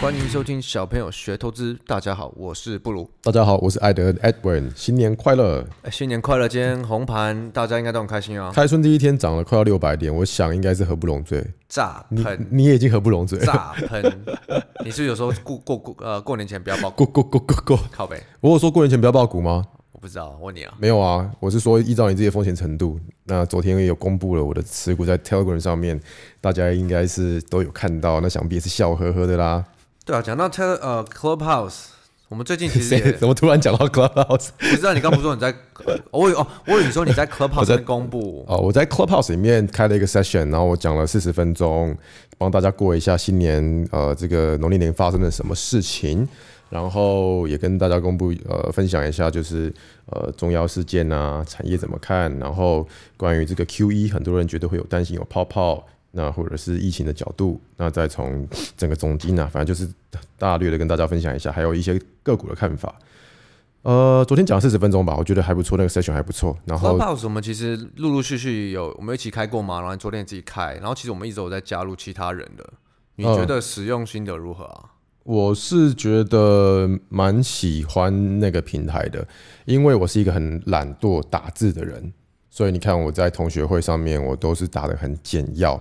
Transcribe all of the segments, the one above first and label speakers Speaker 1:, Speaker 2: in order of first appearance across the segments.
Speaker 1: 欢迎收听小朋友学投资。大家好，我是布鲁。
Speaker 2: 大家好，我是艾德 Edwin，新年快乐！
Speaker 1: 哎新年快乐！今天红盘，大家应该都很开 心啊、
Speaker 2: 开春第一天涨了快要六百点，我想应该是合不拢嘴。
Speaker 1: 炸
Speaker 2: 你
Speaker 1: 喷，
Speaker 2: 你也已经合不拢嘴，
Speaker 1: 炸喷！你是不是有时候过过过呃过年前不要报
Speaker 2: 过过过过过。
Speaker 1: 靠背？
Speaker 2: 我有说过年前不要爆股吗？
Speaker 1: 我不知道，我问你啊。
Speaker 2: 没有啊，我是说依照你自己的风险程度。那昨天也有公布了我的持股在 Telegram 上面，大家应该是都有看到，那想必也是笑呵呵的啦。
Speaker 1: 对啊，讲到 Tele 呃 Clubhouse，我们最近其实
Speaker 2: 谁
Speaker 1: 也
Speaker 2: 怎么突然讲到 Clubhouse？
Speaker 1: 不知道你刚不是说你在， 我以为哦， 我以为你说你在 Clubhouse 上面公布，
Speaker 2: 哦，我在 Clubhouse 里面开了一个 session，然后我讲了四十分钟，帮大家过一下新年呃这个农历年发生了什么事情，然后也跟大家公布呃分享一下就是呃重要事件啊，产业怎么看，然后关于这个 QE，很多人觉得会有担心有泡泡。那或者是疫情的角度，那再从整个总金啊，反正就是大略的跟大家分享一下，还有一些个股的看法。呃，昨天讲四十分钟吧，我觉得还不错，那个 session 还不错。然后
Speaker 1: Clubhouse 我们其实陆陆续续有我们一起开过嘛，然后昨天也自己开，然后其实我们一直有在加入其他人的。你
Speaker 2: 嗯
Speaker 1: 觉得使用心得如何啊？
Speaker 2: 我是觉得蛮喜欢那个平台的，因为我是一个很懒惰打字的人，所以你看我在同学会上面，我都是打的很简要。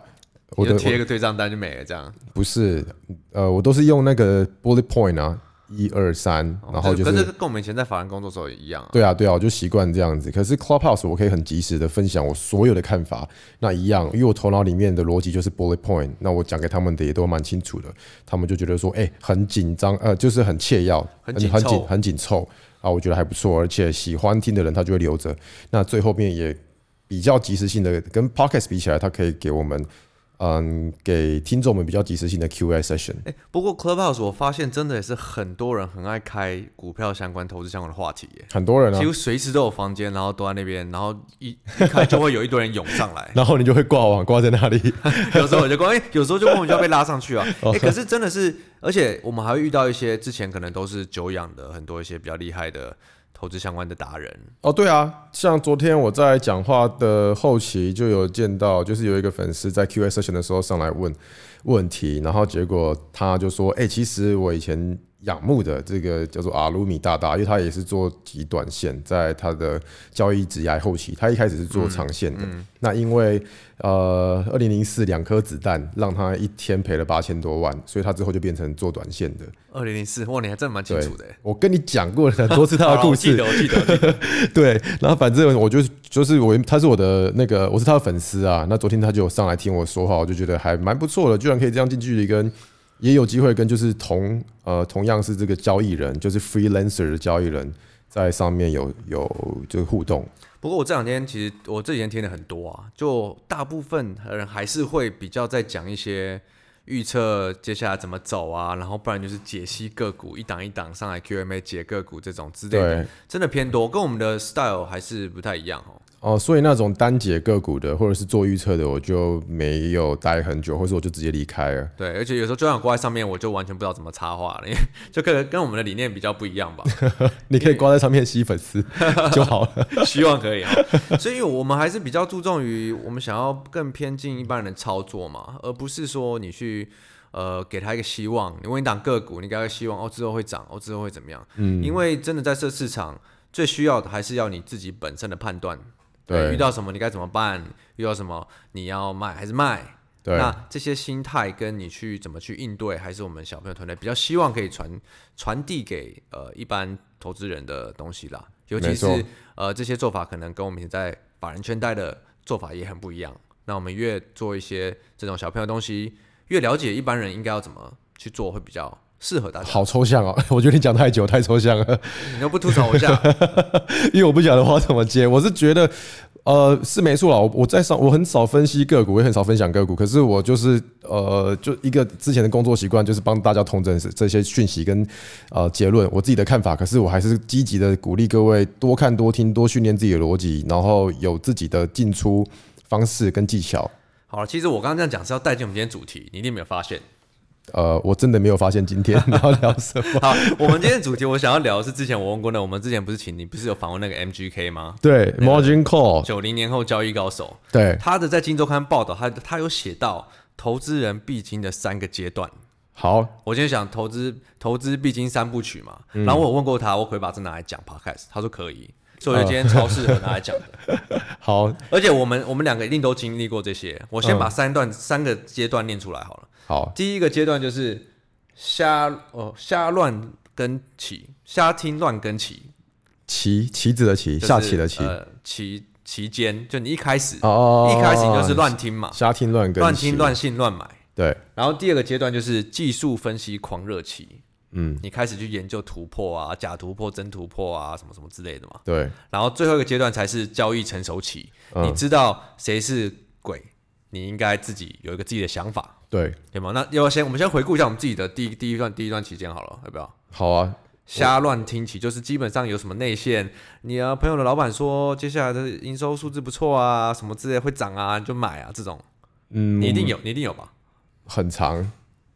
Speaker 2: 我
Speaker 1: 你
Speaker 2: 的
Speaker 1: 就
Speaker 2: 我
Speaker 1: 贴一个对账单就没了，这样。
Speaker 2: 不是，呃，我都是用那个 bullet point 啊，一二三，然后就
Speaker 1: 哦可
Speaker 2: 是
Speaker 1: 是跟我们以前在法兰工作的时候也一样啊。
Speaker 2: 对啊，对啊，我就习惯这样子。可是 Clubhouse 我可以很及时的分享我所有的看法，那一样，因为我头脑里面的逻辑就是 bullet point，那我讲给他们的也都蛮清楚的，他们就觉得说，哎、很紧张，呃，就是很切要，
Speaker 1: 很紧
Speaker 2: 紧很
Speaker 1: 凑
Speaker 2: 很紧凑啊，我觉得还不错，而且喜欢听的人他就会留着。那最后面也比较及时性的，跟 Podcast 比起来，它可以给我们。嗯，给听众们比较及时性的 Q&A session，
Speaker 1: 哎、不过 Clubhouse 我发现真的也是很多人很爱开股票相关、投资相关的话题耶，
Speaker 2: 很多人啊。
Speaker 1: 几，乎随时都有房间，然后都在那边，然后一一开就会有一堆人涌上来
Speaker 2: 然后你就会挂网挂在那里，
Speaker 1: 有时候我就光，哎、有时候就莫名其妙被拉上去啊。
Speaker 2: 哦
Speaker 1: 哎、可是真的是，而且我们还会遇到一些之前可能都是久仰的很多一些比较厉害的投资相关的达人，
Speaker 2: 哦，对啊，像昨天我在讲话的后期就有见到，就是有一个粉丝在 Q&A session 的时候上来问问题，然后结果他就说：“哎、其实我以前仰慕的这个叫做阿鲁米大大，因为他也是做极短线，在他的交易职涯后期，他一开始是做长线的。那因为呃，二零零四两颗子弹让他一天赔了八千多万，所以他之后就变成做短线的。
Speaker 1: 二零零四，哇，你还真的蛮清
Speaker 2: 对
Speaker 1: 楚的耶。，
Speaker 2: 我跟你讲过了很多次他的
Speaker 1: 好啦
Speaker 2: 故
Speaker 1: 我
Speaker 2: 事
Speaker 1: 记。得，我记得，我记得
Speaker 2: 对，然后反正我就是就是我，他是我的那个，我是他的粉丝啊。那昨天他就有上来听我说话，我就觉得还蛮不错的，居然可以这样近距离跟，也有机会跟就是同呃同样是这个交易人，就是 freelancer 的交易人，在上面有有就是互动。
Speaker 1: 不过我这两天其实我这几天听的很多啊，就大部分人还是会比较在讲一些预测接下来怎么走啊，然后不然就是解析个股一档一档上来 Q&A 解个股这种之类的
Speaker 2: 对，
Speaker 1: 真的偏多，跟我们的 style 还是不太一样哦。
Speaker 2: 哦，所以那种单解个股的或者是做预测的，我就没有待很久，或者我就直接离开了。
Speaker 1: 对，而且有时候就像挂在上面，我就完全不知道怎么插话了，因为 就跟跟我们的理念比较不一样吧。
Speaker 2: 你可以挂在上面吸粉丝 就好 了。
Speaker 1: 希望可以啊。所以我们还是比较注重于我们想要更偏近一般人的操作嘛，而不是说你去呃给他一个希望，你问一档个股，你给他一个希望哦之后会涨，哦之后会怎么样？嗯，因为真的在这市场最需要的还是要你自己本身的判断。
Speaker 2: 对
Speaker 1: 遇到什么你该怎么办？遇到什么你要卖还是卖？
Speaker 2: 对
Speaker 1: 那这些心态跟你去怎么去应对，还是我们小朋友团队比较希望可以传传递给呃一般投资人的东西啦。尤其
Speaker 2: 没错
Speaker 1: 是呃这些做法可能跟我们以前在法人圈带的做法也很不一样。那我们越做一些这种小朋友的东西，越了解一般人应该要怎么去做，会比较适合大家。
Speaker 2: 好抽象哦， 我觉得你讲太久，太抽象了。
Speaker 1: 你又不吐槽我一 下，
Speaker 2: 因为我不晓得我要怎么接。我是觉得，呃，是没错啦。我我在上，我很少分析个股，我也很少分享个股。可是我就是呃，就一个之前的工作习惯，就是帮大家统整这些讯息跟呃结论，我自己的看法。可是我还是积极的鼓励各位多看、多听、多训练自己的逻辑，然后有自己的进出方式跟技巧。
Speaker 1: 好了，其实我刚刚这样讲是要带进我们今天主题，你一定没有发现。
Speaker 2: 呃，我真的没有发现今天你要聊什么。
Speaker 1: 好，我们今天的主题我想要聊的是之前我问过的，我们之前不是请你不是有访问那个 MGK 吗？
Speaker 2: 对，margin call，
Speaker 1: 九零年后交易高手，
Speaker 2: 对，
Speaker 1: 他的在《金周刊》报道，他他有写到投资人必经的三个阶段。
Speaker 2: 好，
Speaker 1: 我今天想投资投资必经三部曲嘛，
Speaker 2: 嗯
Speaker 1: 然后我有问过他，我可不可以把这拿来讲 podcast，他说可以，所以我觉得今天
Speaker 2: 嗯
Speaker 1: 超适合拿来讲 的。
Speaker 2: 好，
Speaker 1: 而且我们我们两个一定都经历过这些，我先
Speaker 2: 嗯
Speaker 1: 把三段、三个阶段念出来好了。
Speaker 2: 好，
Speaker 1: 第一个阶段就是瞎哦瞎乱跟起，瞎听乱跟起，
Speaker 2: 棋棋子的棋，
Speaker 1: 就是
Speaker 2: 下棋的棋，
Speaker 1: 呃期期间，就你一开始、
Speaker 2: 哦哦，
Speaker 1: 呃一开始你就是
Speaker 2: 乱
Speaker 1: 乱听嘛，
Speaker 2: 瞎听乱跟
Speaker 1: 乱听
Speaker 2: 棋，
Speaker 1: 乱信乱买。
Speaker 2: 对，
Speaker 1: 然后第二个阶段就是技术分析狂热期，
Speaker 2: 嗯，
Speaker 1: 你开始去研究突破啊、假突破、真突破啊什么什么之类的嘛。
Speaker 2: 对，
Speaker 1: 然后最后一个阶段才是交易成熟期，
Speaker 2: 嗯
Speaker 1: 你知道谁是鬼，你应该自己有一个自己的想法，
Speaker 2: 对，
Speaker 1: 对吗？那要不要先我们先回顾一下我们自己的第一第一段第一段期间好了，要不要？
Speaker 2: 好啊，
Speaker 1: 瞎乱听起，就是基本上有什么内线，你啊朋友的老板说接下来的营收数字不错啊，什么之类会涨啊，你就买啊这种，
Speaker 2: 嗯，
Speaker 1: 你一定有，你一定有吧？
Speaker 2: 很长，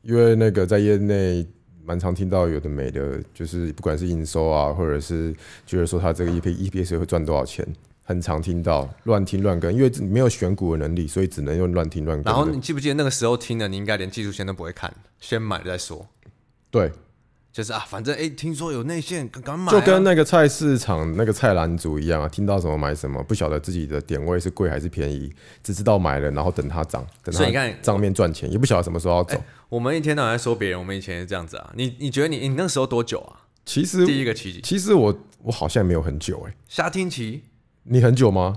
Speaker 2: 因为那个在业内蛮常听到有的没的，就是不管是营收啊，或者是觉得说他这个 E P E P S 会赚多少钱，很常听到乱听乱跟，因为你没有选股的能力，所以只能用乱听乱跟的。
Speaker 1: 然后你记不记得那个时候听的，你应该连技术线都不会看，先买了再说。
Speaker 2: 对，
Speaker 1: 就是啊，反正哎、听说有内线，赶赶买、啊。
Speaker 2: 就跟那个菜市场那个菜篮族一样啊，听到什么买什么，不晓得自己的点位是贵还是便宜，只知道买了，然后等它涨，等
Speaker 1: 所以你
Speaker 2: 它
Speaker 1: 看哎
Speaker 2: 账面赚钱，也不晓得什么时候要走。
Speaker 1: 我们一天到晚在说别人，我们以前是这样子啊。你你觉得你你那时候多久啊？
Speaker 2: 其实
Speaker 1: 第一个期
Speaker 2: 其实我我好像没有很久哎、
Speaker 1: 瞎听期，
Speaker 2: 你很久吗？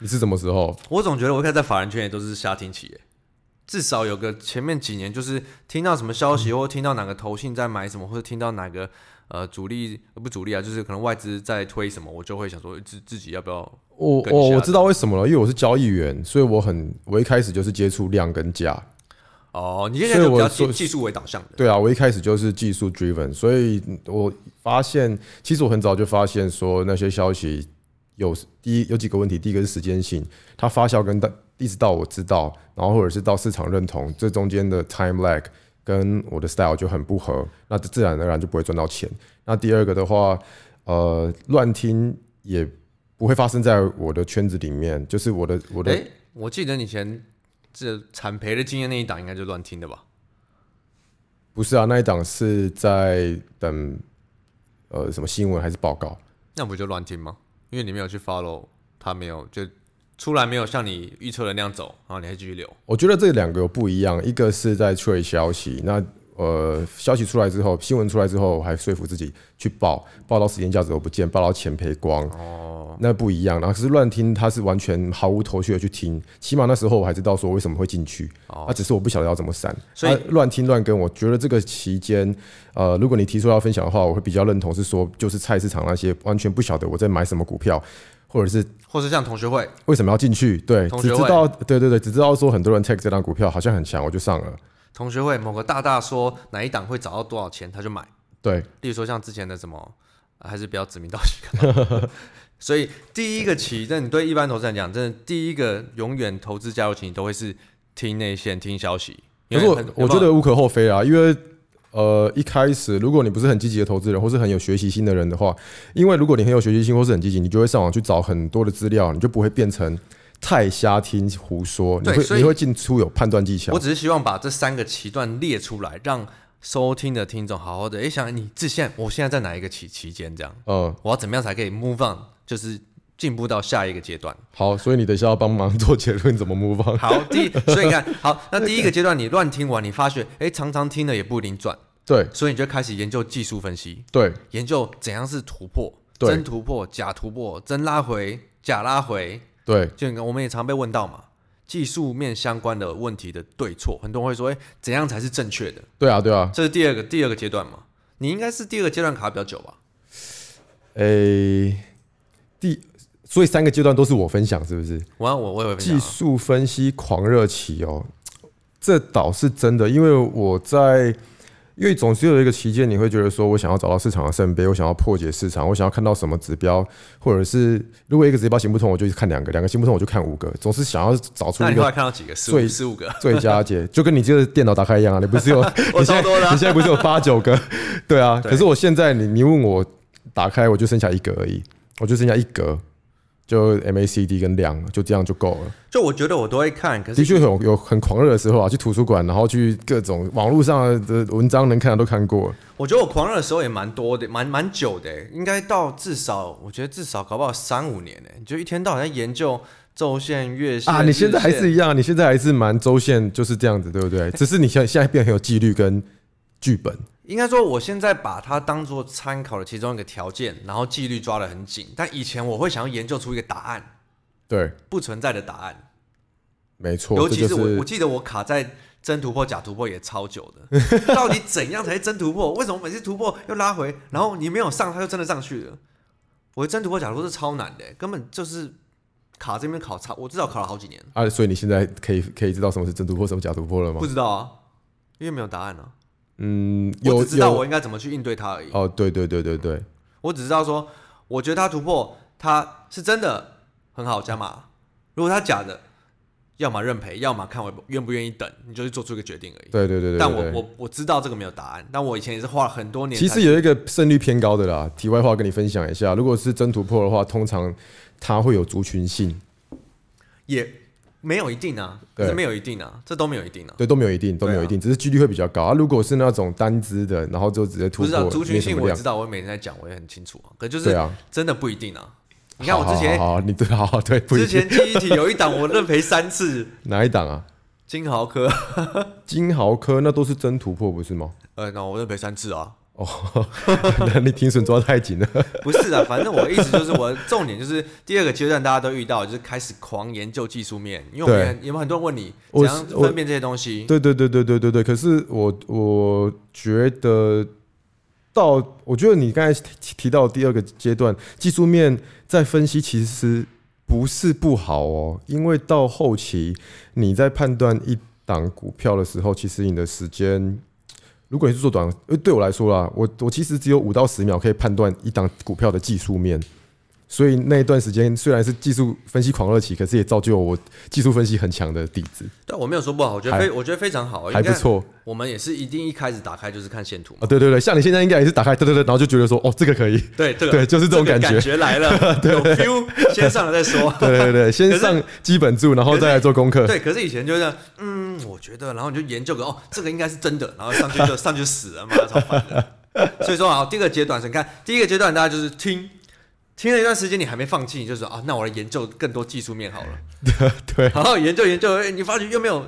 Speaker 2: 你是什么时候？
Speaker 1: 我总觉得我一开始在法人圈也都是瞎听期耶，至少有个前面几年就是听到什么消
Speaker 2: 嗯
Speaker 1: 息，或听到哪个投信在买什么，或者听到哪个呃主力呃不主力啊，就是可能外资在推什么，我就会想说自自己要不要
Speaker 2: 我
Speaker 1: 更
Speaker 2: 我
Speaker 1: 下
Speaker 2: 我
Speaker 1: 的
Speaker 2: 知道为什么了，因为我是交易员，所以我很我一开始就是接触量跟价。
Speaker 1: 哦，你现在
Speaker 2: 所以
Speaker 1: 就比
Speaker 2: 我
Speaker 1: 较技
Speaker 2: 说
Speaker 1: 技术为导向的。
Speaker 2: 对啊，我一开始就是技术 driven，所以我发现其实我很早就发现说那些消息有第一有几个问题，第一个是时间性，它发酵跟到一直到我知道，然后或者是到市场认同，这中间的 time lag 跟我的 style 就很不合，那自然而然就不会赚到钱。那第二个的话，呃，乱听也不会发生在我的圈子里面，就是我的我的
Speaker 1: 哎、我记得你以前这产培的经验那一档应该就乱听的吧？
Speaker 2: 不是啊，那一档是在等呃什么新闻还是报告？
Speaker 1: 那不就乱听吗？因为你没有去 follow，他没有就出来没有像你预测的那样走，然后你还继续留。
Speaker 2: 我觉得这两个有不一样，一个是在吹消息，那呃消息出来之后，新闻出来之后，我还说服自己去报，报到时间价值都不见，报到钱赔光，哦，那不一样。然后可是乱听，他是完全毫无头绪的去听，起码那时候我还知道说为什么会进去，
Speaker 1: 哦
Speaker 2: 啊，只是我不晓得要怎么闪，
Speaker 1: 所以
Speaker 2: 啊乱听乱跟，我觉得这个期间，呃，如果你提出要分享的话，我会比较认同是说，就是菜市场那些完全不晓得我在买什么股票，或者是
Speaker 1: 或是像同学会，
Speaker 2: 为什么要进去？对，
Speaker 1: 同
Speaker 2: 只
Speaker 1: 学
Speaker 2: 知
Speaker 1: 会
Speaker 2: 道，对对对，只知道说很多人 take 这张股票好像很强，我就上了。
Speaker 1: 同学会某个大大说哪一档会涨到多少钱，他就买。
Speaker 2: 对，
Speaker 1: 例如说像之前的什么，啊还是不要指名道姓。 所以第一个期，那你对一般投资人讲，真的第一个永远投资加入期，你都会是听内线、听消息。
Speaker 2: 可
Speaker 1: 因
Speaker 2: 是
Speaker 1: 为
Speaker 2: 我
Speaker 1: 很
Speaker 2: 我觉得无可厚非啊，因为呃一开始如果你不是很积极的投资人，或是很有学习心的人的话，因为如果你很有学习心或是很积极，你就会上网去找很多的资料，你就不会变成太瞎听胡说，你
Speaker 1: 对所
Speaker 2: 会
Speaker 1: 以
Speaker 2: 你会进出有判断技巧
Speaker 1: 我。只是希望把这三个期段列出来，让收听的听众好好的，诶，想你自现我现在在哪一个期期间这样，
Speaker 2: 嗯，
Speaker 1: 我要怎么样才可以 move on，就是进步到下一个阶段。
Speaker 2: 好，所以你等一下要帮忙做结论，怎么 move on？
Speaker 1: 好，第一所以你看，好，那第一个阶段你乱听完，你发觉诶，常常听了也不一定赚，
Speaker 2: 对
Speaker 1: 所以你就开始研究技术分析，
Speaker 2: 对，
Speaker 1: 研究怎样是突破，
Speaker 2: 对
Speaker 1: 真突破、假突破、真拉回、假拉回，
Speaker 2: 对，
Speaker 1: 就你看我们也常被问到嘛。技术面相关的问题的对错，很多人会说，诶，怎样才是正确的？
Speaker 2: 对啊，对啊，
Speaker 1: 这是第二个第二个阶段嘛？你应该是第二个阶段卡比较久吧？
Speaker 2: 诶、第，所以三个阶段都是我分享，是不是？
Speaker 1: 我我我也会分享
Speaker 2: 技
Speaker 1: 啊
Speaker 2: 术分析狂热期哦，这倒是真的，因为我在，因为总是有一个期间，你会觉得说我想要找到市场的圣杯，我想要破解市场，我想要看到什么指标，或者是如果一个指标行不通，我就看两个，两个行不通我就看五个，总是想要找出
Speaker 1: 那
Speaker 2: 一
Speaker 1: 你后
Speaker 2: 个
Speaker 1: 来看到几个？十
Speaker 2: 最
Speaker 1: 五十五个，
Speaker 2: 最佳解，就跟你这个电脑打开一样啊，你不 是有
Speaker 1: 我超
Speaker 2: 你现在
Speaker 1: 多的啊
Speaker 2: 你现在不是有八九个？ 对啊，
Speaker 1: 对
Speaker 2: 可是我现在你你问我打开，我就剩下一个而已，我就剩下一格，就 MACD 跟量，就这样就够了。
Speaker 1: 就我觉得我都会看，可
Speaker 2: 的
Speaker 1: 是
Speaker 2: 确有有很狂热的时候啊，去图书馆，然后去各种网络上的文章能看的都看过了。
Speaker 1: 我觉得我狂热的时候也蛮多的，蛮蛮久的，欸应该到至少我觉得至少搞不好三五年呢。你就一天到晚在研究周线、月线
Speaker 2: 啊，你现在还
Speaker 1: 日线
Speaker 2: 是一样，你现在还是蛮周线就是这样子，对不对？只是你现在现在变得很有纪律跟剧本。
Speaker 1: 应该说，我现在把它当做参考的其中一个条件，然后纪律抓得很紧。但以前我会想要研究出一个答案，
Speaker 2: 对，
Speaker 1: 不存在的答案。
Speaker 2: 没错，
Speaker 1: 尤其
Speaker 2: 这
Speaker 1: 是
Speaker 2: 就
Speaker 1: 我，我
Speaker 2: 是
Speaker 1: 记得我卡在真突破、假突破也超久的。到底怎样才是真突破？为什么每次突破又拉回，然后你没有上，它就真的上去了？我的真突破、假突破是超难的、欸根本就是卡这边考差，我至少考了好几年，
Speaker 2: 啊，所以你现在可以可以知道什么是真突破，什么假突破了吗
Speaker 1: 不？知道啊，因为没有答案啊。
Speaker 2: 嗯，
Speaker 1: 我
Speaker 2: 有
Speaker 1: 只知道
Speaker 2: 有
Speaker 1: 我应该怎么去应对它而已。
Speaker 2: 哦，对对对对对，
Speaker 1: 我只知道说，我觉得他突破，他是真的很好加码。如果他假的，要么认赔，要么看我愿不愿意等，你就是做出一个决定而已。
Speaker 2: 对对对对。
Speaker 1: 但
Speaker 2: 对
Speaker 1: 我
Speaker 2: 对
Speaker 1: 我我知道这个没有答案，但我以前也是花了很多年才。
Speaker 2: 其实有一个胜率偏高的啦。题外话跟你分享一下，如果是真突破的话，通常它会有族群性，
Speaker 1: 也没有一定啊，
Speaker 2: 对
Speaker 1: 可是没有一定啊，这都没有一定啊。
Speaker 2: 对，都没有一定，都没有一定，只是几率会比较高。啊，如果是那种单只的，然后就直接突
Speaker 1: 不知道
Speaker 2: 破，
Speaker 1: 族
Speaker 2: 没
Speaker 1: 群
Speaker 2: 什
Speaker 1: 性
Speaker 2: 么
Speaker 1: 我
Speaker 2: 量
Speaker 1: 知。道，我每天在讲，我也很清楚啊。可就
Speaker 2: 对
Speaker 1: 是
Speaker 2: 啊，
Speaker 1: 真的不一定啊。你看我之前
Speaker 2: 好好好，你对，好好对，不一
Speaker 1: 之
Speaker 2: 定
Speaker 1: 前记忆体有一档我认赔三次，
Speaker 2: 哪一档啊？
Speaker 1: 金豪科，
Speaker 2: 金豪科那都是真突破，不是吗？
Speaker 1: 呃，那我认赔三次啊。
Speaker 2: 哦，那你停损抓太紧了。
Speaker 1: 不是啊， 反正我的意思就是，我的重点就是第二个阶段大家都遇到，就是开始狂研究技术面，因为我
Speaker 2: 对
Speaker 1: 们也有没有很多人问你怎
Speaker 2: 我
Speaker 1: 样
Speaker 2: 是我
Speaker 1: 分辨这些东西？
Speaker 2: 对对对对对对对。可是我我觉得到，我觉得你刚才提提到第二个阶段，技术面在分析其实不是不好哦，因为到后期你在判断一档股票的时候，其实你的时间。如果你是做短，呃，对我来说啦，我我其实只有五到十秒可以判断一档股票的技术面，所以那一段时间虽然是技术分析狂热期，可是也造就我技术分析很强的底子，
Speaker 1: 但我没有说不好，我觉得非我觉得非常好，
Speaker 2: 还不。错。
Speaker 1: 我们也是一定一开始打开就是看线图嘛
Speaker 2: 啊，，对对对，像你现在应该也是打开，对对对，然后就觉得说，哦，这 个可以，
Speaker 1: 对，这个
Speaker 2: 对就是这种
Speaker 1: 个
Speaker 2: 感觉
Speaker 1: 觉来了， 有 feel，先上了再说。
Speaker 2: 对对对，先
Speaker 1: 可是
Speaker 2: 上基本柱，然后再来做功课。
Speaker 1: 对，可是以前就是，嗯，我觉得，然后你就研究个，哦，这个应该是真的，然后上去就上去死了，妈的超烦的。所以说啊，第二个阶段，你看第一个阶段大家就是听，听了一段时间你还没放弃，你就说啊，那我来研究更多技术面好了，
Speaker 2: 对
Speaker 1: 然后研究研究，哎你发觉又没有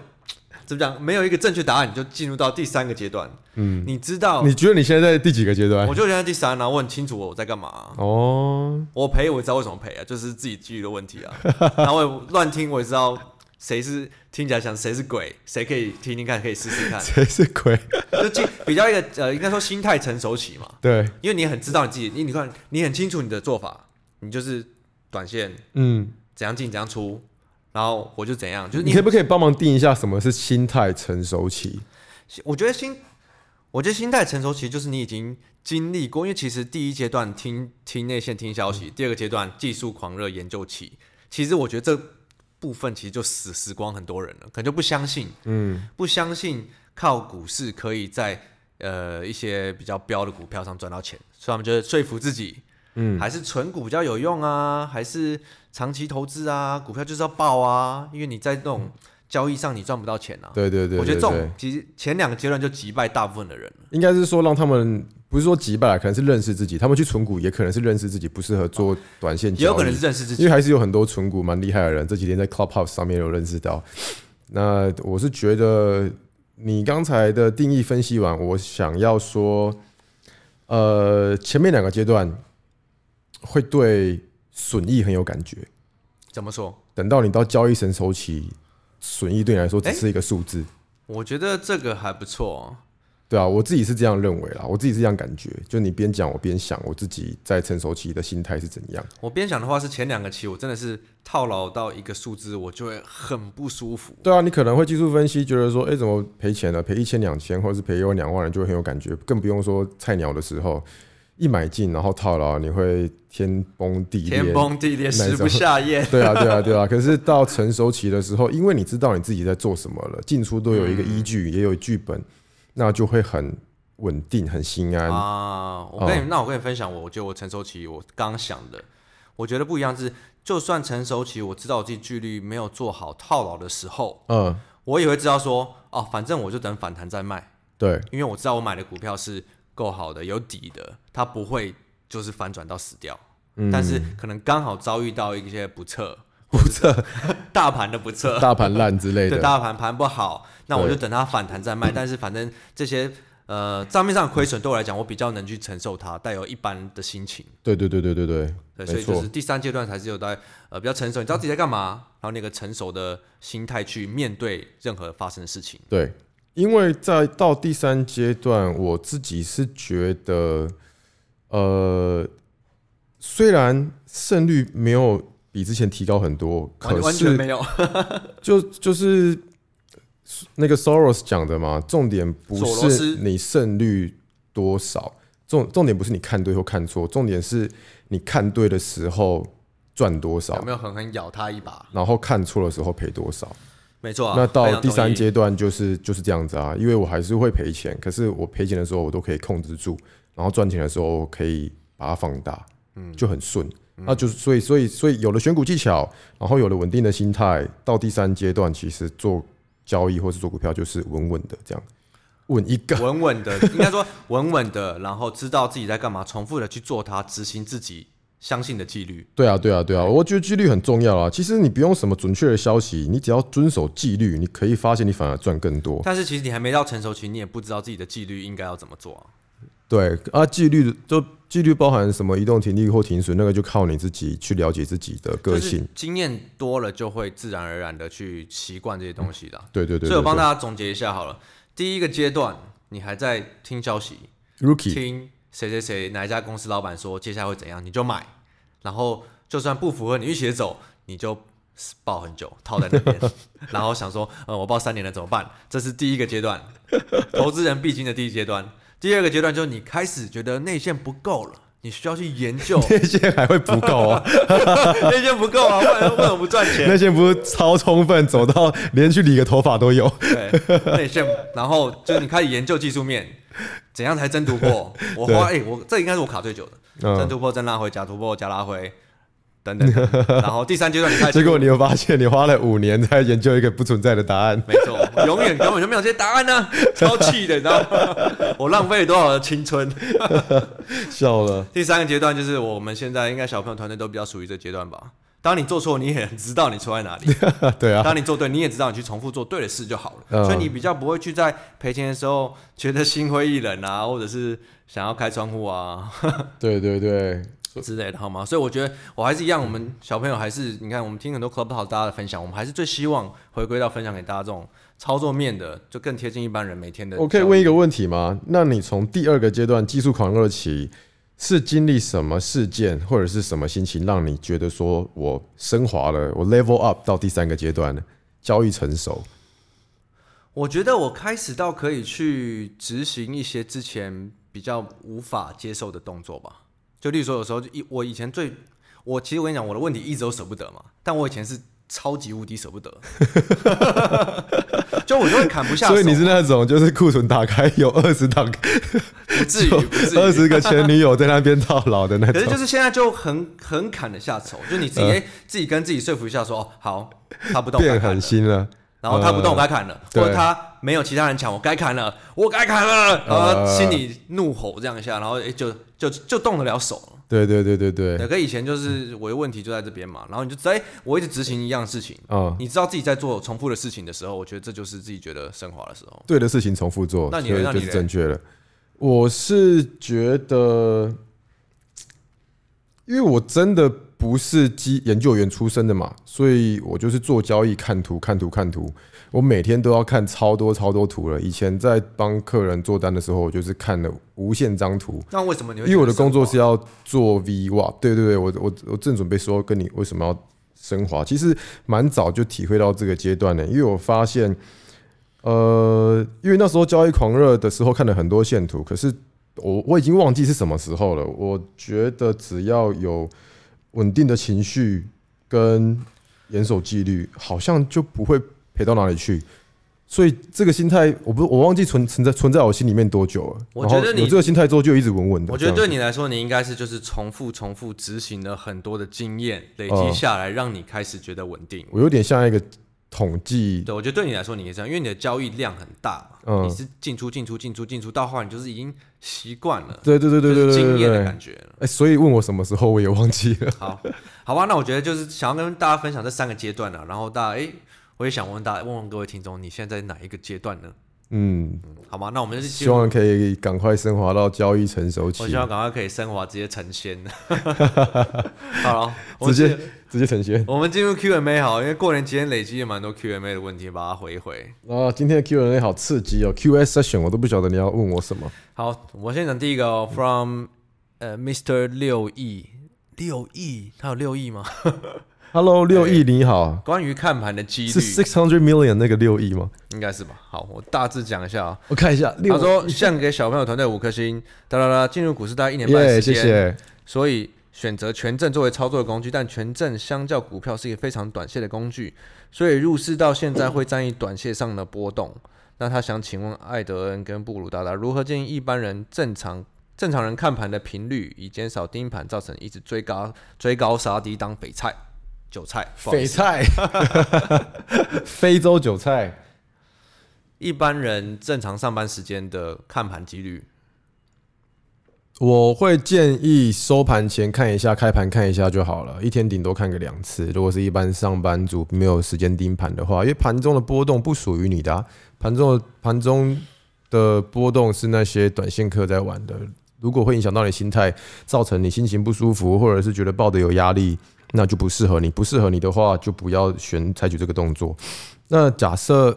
Speaker 1: 怎么讲，没有一个正确答案，你就进入到第三个阶段。嗯，你知道，
Speaker 2: 你觉得你现在在第几个阶段
Speaker 1: 我？就现在第三啊，我很清楚我在干嘛啊、
Speaker 2: 哦，。
Speaker 1: 我赔我也知道为什么赔啊，就是自己纪律的问题啊。然后我也乱听我也知道谁是听起来像谁是鬼，谁可以听听看，可以试试看
Speaker 2: 谁是鬼？
Speaker 1: 就进比较一个呃，应该说心态成熟期嘛，
Speaker 2: 对，
Speaker 1: 因为你很知道你自己，你你看你很清楚你的做法，你就是短线
Speaker 2: 嗯，
Speaker 1: 怎样进怎样出，然后我就怎样，就是
Speaker 2: 你
Speaker 1: 你
Speaker 2: 可不可以帮忙定一下什么是心态成熟期？
Speaker 1: 我觉得心，我觉得心态成熟，其实就是你已经经历过，因为其实第一阶段听听内线听消息，第二个阶段技术狂热研究期，其实我觉得这部分其实就死死光很多人了，可能就不相信，嗯，不相信靠股市可以在呃一些比较标的股票上赚到钱，所以他们就会说服自己。嗯，还是存股比较有用啊，还是长期投资啊？股票就是要爆啊，因为你在那种交易上你赚不到钱啊。
Speaker 2: 对对对，
Speaker 1: 我觉得这
Speaker 2: 对
Speaker 1: 种
Speaker 2: 对
Speaker 1: 其实前两个阶段就击败大部分的人了。
Speaker 2: 应该是说让他们不是说击败，可能是认识自己，他们去存股也可能是认识自己不适合做短线交易，
Speaker 1: 也有可能是认识自
Speaker 2: 因
Speaker 1: 己。
Speaker 2: 为还是有很多存股蛮厉害的人，这几天在 Clubhouse 上面有认识到。那我是觉得你刚才的定义分析完，我想要说，呃，前面两个阶段会对损益很有感觉，
Speaker 1: 怎么说？
Speaker 2: 等到你到交易成熟期，损益对你来说只是一个数字。
Speaker 1: 我觉得这个还不错、哦。
Speaker 2: 对啊，我自己是这样认为啦，我自己是这样感觉。就你边讲，我边想我自己在成熟期的心态是怎样。
Speaker 1: 我边想的话是前两个期我真的是套牢到一个数字，我就会很不舒服。
Speaker 2: 对啊，你可能会技术分析，觉得说，哎、怎么赔钱了？赔一千、两千，或者是赔一万、两万，你就会很有感觉。更不用说菜鸟的时候，一买进然后套牢，你会天崩地裂。
Speaker 1: 天崩地裂，
Speaker 2: 那
Speaker 1: 食
Speaker 2: 种
Speaker 1: 不下咽。
Speaker 2: 对啊，对啊，对啊。可是到成熟期的时候，因为你知道你自己在做什么了，进出都有一个依据，
Speaker 1: 嗯
Speaker 2: 也有剧本，那就会很稳定、很心安。
Speaker 1: 啊
Speaker 2: 哦
Speaker 1: 啊，我跟你，那我跟你分享我，我觉得我成熟期我刚想的，我我觉得不一样是，就算成熟期我知道我自己纪律没有做好套牢的时候，
Speaker 2: 嗯，
Speaker 1: 我也会知道说，哦，反正我就等反弹再卖，
Speaker 2: 对，
Speaker 1: 因为我知道我买的股票是够好的，有底的，它不会就是反转到死掉。
Speaker 2: 嗯
Speaker 1: 但是可能刚好遭遇到一些不测，
Speaker 2: 不测
Speaker 1: 大盘的不测，
Speaker 2: 大盘烂之 类
Speaker 1: 对，
Speaker 2: 的，
Speaker 1: 大盘盘不好，那我就等它反弹再卖。但是反正这些呃账面上的亏损对我来讲，我比较能去承受它，带有一般的心情。
Speaker 2: 对对对对对对，
Speaker 1: 对，所
Speaker 2: 没
Speaker 1: 以就
Speaker 2: 错
Speaker 1: 是，第三阶段才是有在呃比较成熟，你知道自己在干嘛，然后那个成熟的心态去面对任何发生的事情。
Speaker 2: 对，因为在到第三阶段，我自己是觉得，呃，虽然胜率没有比之前提高很多，
Speaker 1: 完
Speaker 2: 可
Speaker 1: 完全
Speaker 2: 是
Speaker 1: 没有，
Speaker 2: 就就是那个 Soros 讲的嘛，重点不
Speaker 1: 索罗
Speaker 2: 是
Speaker 1: 斯
Speaker 2: 你胜率多少，重重点不是你看对或看错，重点是你看对的时候赚多
Speaker 1: 有
Speaker 2: 少，
Speaker 1: 没有狠狠咬他一把？
Speaker 2: 然后看错的时候赔多少。
Speaker 1: 没错啊。
Speaker 2: 那
Speaker 1: 非
Speaker 2: 到
Speaker 1: 常
Speaker 2: 第
Speaker 1: 同
Speaker 2: 三
Speaker 1: 意，
Speaker 2: 阶段就是就是这样子啊，因为我还是会赔钱，可是我赔钱的时候我都可以控制住，然后赚钱的时候可以把它放大，嗯，就很顺。那就是所以所以所以有了选股技巧，然后有了稳定的心态，到第三阶段其实做交易或是做股票就是稳稳的这样，稳一个，
Speaker 1: 稳稳的，应该说稳稳的，然后知道自己在干嘛，重复的去做它，执行自己相信的纪律。
Speaker 2: 对啊，对啊，对啊，我觉得纪律很重要啊。其实你不用什么准确的消息，你只要遵守纪律，你可以发现你反而赚更多。
Speaker 1: 但是其实你还没到成熟期，你也不知道自己的纪律应该要怎么做、啊。
Speaker 2: 对啊，纪律就纪律包含什么移动停利或停损，那个就靠你自己去了解自己的个
Speaker 1: 就是
Speaker 2: 性。
Speaker 1: 经验多了，就会自然而然的去习惯这些东西的啊。
Speaker 2: 对对对
Speaker 1: 所以我帮
Speaker 2: 他
Speaker 1: 大家总结一下好了，第一个阶段你还在听消息，
Speaker 2: rookie
Speaker 1: 听谁谁谁哪一家公司老板说接下来会怎样，你就买，然后就算不符合你预期的走，你就抱很久套在那边，然后想说，嗯，我抱三年了怎么办？这是第一个阶段，投资人必经的第一阶段。第二个阶段就是你开始觉得内线不够了，你需要去研究
Speaker 2: 那些还会不 够啊，
Speaker 1: 内线不够啊，不然为什么不赚钱？
Speaker 2: 那些不是超充分，走到连去理个头发都有。
Speaker 1: 对，内线，然后就是你开始研究技术面，怎样才真突破？我花哎、我这应该是我卡最久的，
Speaker 2: 嗯
Speaker 1: 真突破、真拉回、假突破、假拉回等等等。然后第三阶段你开始，
Speaker 2: 结果你又发现，你花了五年在研究一个不存在的答案。
Speaker 1: 没错，永远根本就没有这些答案呢、啊超气的，你知道吗？ 我浪费了多少的青春？
Speaker 2: 笑了，
Speaker 1: 第三个阶段就是我们现在应该小朋友团队都比较属于这阶段吧。当你做错，你也知道你错在哪里。
Speaker 2: 对啊，
Speaker 1: 当你做对，你也知道你去重复做对的事就好了，
Speaker 2: 嗯
Speaker 1: 所以你比较不会去在赔钱的时候觉得心灰意冷 啊，或者是想要开窗户啊
Speaker 2: 对对对，
Speaker 1: 之类的，好吗？所以我觉得我还是一样，我们小朋友还是你看，我们听很多 Clubhouse 大家的分享，我们还是最希望回归到分享给大家这种操作面的，就更贴近一般人每天的。
Speaker 2: 我可以问一个问题吗？那你从第二个阶段技术狂热期，是经历什么事件或者是什么心情，让你觉得说我升华了，我 level up 到第三个阶段了，交易成熟？
Speaker 1: 我觉得我开始到可以去执行一些之前比较无法接受的动作吧。就例如说，有时候就以我以前最，我其实我跟你讲，我的问题一直都舍不得嘛，但我以前是超级无敌舍不得， 就我就会砍不下手，
Speaker 2: 所以你是那种就是库存打开 有二十档、
Speaker 1: 不至于不至于
Speaker 2: 二十个前女友在那边套牢的那
Speaker 1: 可是
Speaker 2: 种
Speaker 1: 就。是现在就很很砍得下手，就你自己、哎自己跟自己说服一下说，哦好，他不动我该
Speaker 2: 呃变
Speaker 1: 砍
Speaker 2: 狠
Speaker 1: 了，
Speaker 2: 心了，
Speaker 1: 然后他不动我
Speaker 2: 呃
Speaker 1: 该砍了，或
Speaker 2: 对
Speaker 1: 者他没有其他人抢我该砍了，我该砍了，然后
Speaker 2: 呃
Speaker 1: 心里怒吼这样一下，然后哎就就就动得了手了。
Speaker 2: 对对对对对，
Speaker 1: 对，可以前就是我的问题就在这边嘛，然后你就知道，哎、我一直执行一样事情，
Speaker 2: 嗯，
Speaker 1: 你知道自己在做重复的事情的时候，我觉得这就是自己觉得升华的时候。
Speaker 2: 对的事情重复做，
Speaker 1: 那你
Speaker 2: 所以
Speaker 1: 那
Speaker 2: 就
Speaker 1: 你
Speaker 2: 是
Speaker 1: 嘞
Speaker 2: 正确的。我是觉得，因为我真的不是基研究员出身的嘛，所以我就是做交易，看图，看图，看图。我每天都要看超多超多图了。以前在帮客人做单的时候，我就是看了无限张图，
Speaker 1: 那为什么你会？
Speaker 2: 因为我的工作是，要做 V 哇，对对对，我我我正准备说跟你为什么要升华，其实蛮早就体会到这个阶段的，因为我发现，呃，因为那时候交易狂热的时候看了很多线图，可是我我已经忘记是什么时候了。我觉得只要有稳定的情绪跟严守纪律，好像就不会赔到哪里去。所以这个心态，我不我忘记存存在存在我心里面多久了。
Speaker 1: 我觉得
Speaker 2: 然后
Speaker 1: 你
Speaker 2: 有这个心态之后，就一直稳稳的。
Speaker 1: 我觉得
Speaker 2: 这
Speaker 1: 对
Speaker 2: 样
Speaker 1: 你来说，你应该是就是重复重复执行了很多的经验，累
Speaker 2: 哦
Speaker 1: 积下来，让你开始觉得稳定。
Speaker 2: 我有点像一个统计，
Speaker 1: 对，我觉得对你来说，你可以这样，因为你的交易量很大嘛，
Speaker 2: 嗯
Speaker 1: 你是进出进出进出进出，到后来你就是已经习惯了，
Speaker 2: 对对对对对
Speaker 1: 就是
Speaker 2: 对
Speaker 1: 经
Speaker 2: 对
Speaker 1: 验的
Speaker 2: 对
Speaker 1: 感。觉了。
Speaker 2: 哎，所以问我什么时候，我也忘记 了。
Speaker 1: 好，好吧，那我觉得就是想要跟大家分享这三个阶段了、然后大家，哎、我也想问大家，问问各位听众，你现在在哪一个阶段呢？
Speaker 2: 嗯，
Speaker 1: 好吗？那我们就是进
Speaker 2: 希
Speaker 1: 入
Speaker 2: 望可以赶快升华到交易成熟期
Speaker 1: 我希，望赶快可以升华，直接成仙。 好了，我
Speaker 2: 直
Speaker 1: 们
Speaker 2: 接
Speaker 1: 进
Speaker 2: 直接呈现。
Speaker 1: 我们进入 Q&A 好，因为过年期间累积了蛮多 Q&A 的问题，把它回一回。
Speaker 2: 啊，今天的 Q&A 好刺激哦，Q&A session 我都不晓得你要问我什么。
Speaker 1: 好，我先讲第一个、哦、，from 呃 Mr 六亿六亿，他有六亿吗？哎
Speaker 2: Hello，六亿你好，
Speaker 1: 关于看盘的几率
Speaker 2: 是 six hundred million 那个六亿吗？
Speaker 1: 应该是吧？好，我大致讲一下啊、
Speaker 2: 我看一下，
Speaker 1: 他
Speaker 2: 六
Speaker 1: 说：“像给小朋友团队五颗星，哒哒哒，进入股市大概一年半
Speaker 2: 耶，
Speaker 1: 时
Speaker 2: 谢
Speaker 1: 间
Speaker 2: 谢。
Speaker 1: 所以选择权证作为操作的工具，但权证相较股票是一个非常短线的工具，所以入市到现在会占一短线上的波动。那他想请问艾德恩跟布鲁达达如何建议一般人正常正常人看盘的频率，以减少盯盘造成一直追高追高杀低当肥菜韭菜。不好意
Speaker 2: 翡
Speaker 1: 思
Speaker 2: 菜， 非洲韭菜，
Speaker 1: 一般人正常上班时间的看盘几率，
Speaker 2: 我会建议收盘前看一下，开盘看一下就好了，一天顶多看个两次。如果是一般上班族没有时间盯盘的话，因为盘中的波动不属于你的、啊，盘中的盘中的波动是那些短线客在玩的。如果会影响到你心态，造成你心情不舒服，或者是觉得抱得有压力，那就不适合你。不适合你的话，就不要选采取这个动作。那假设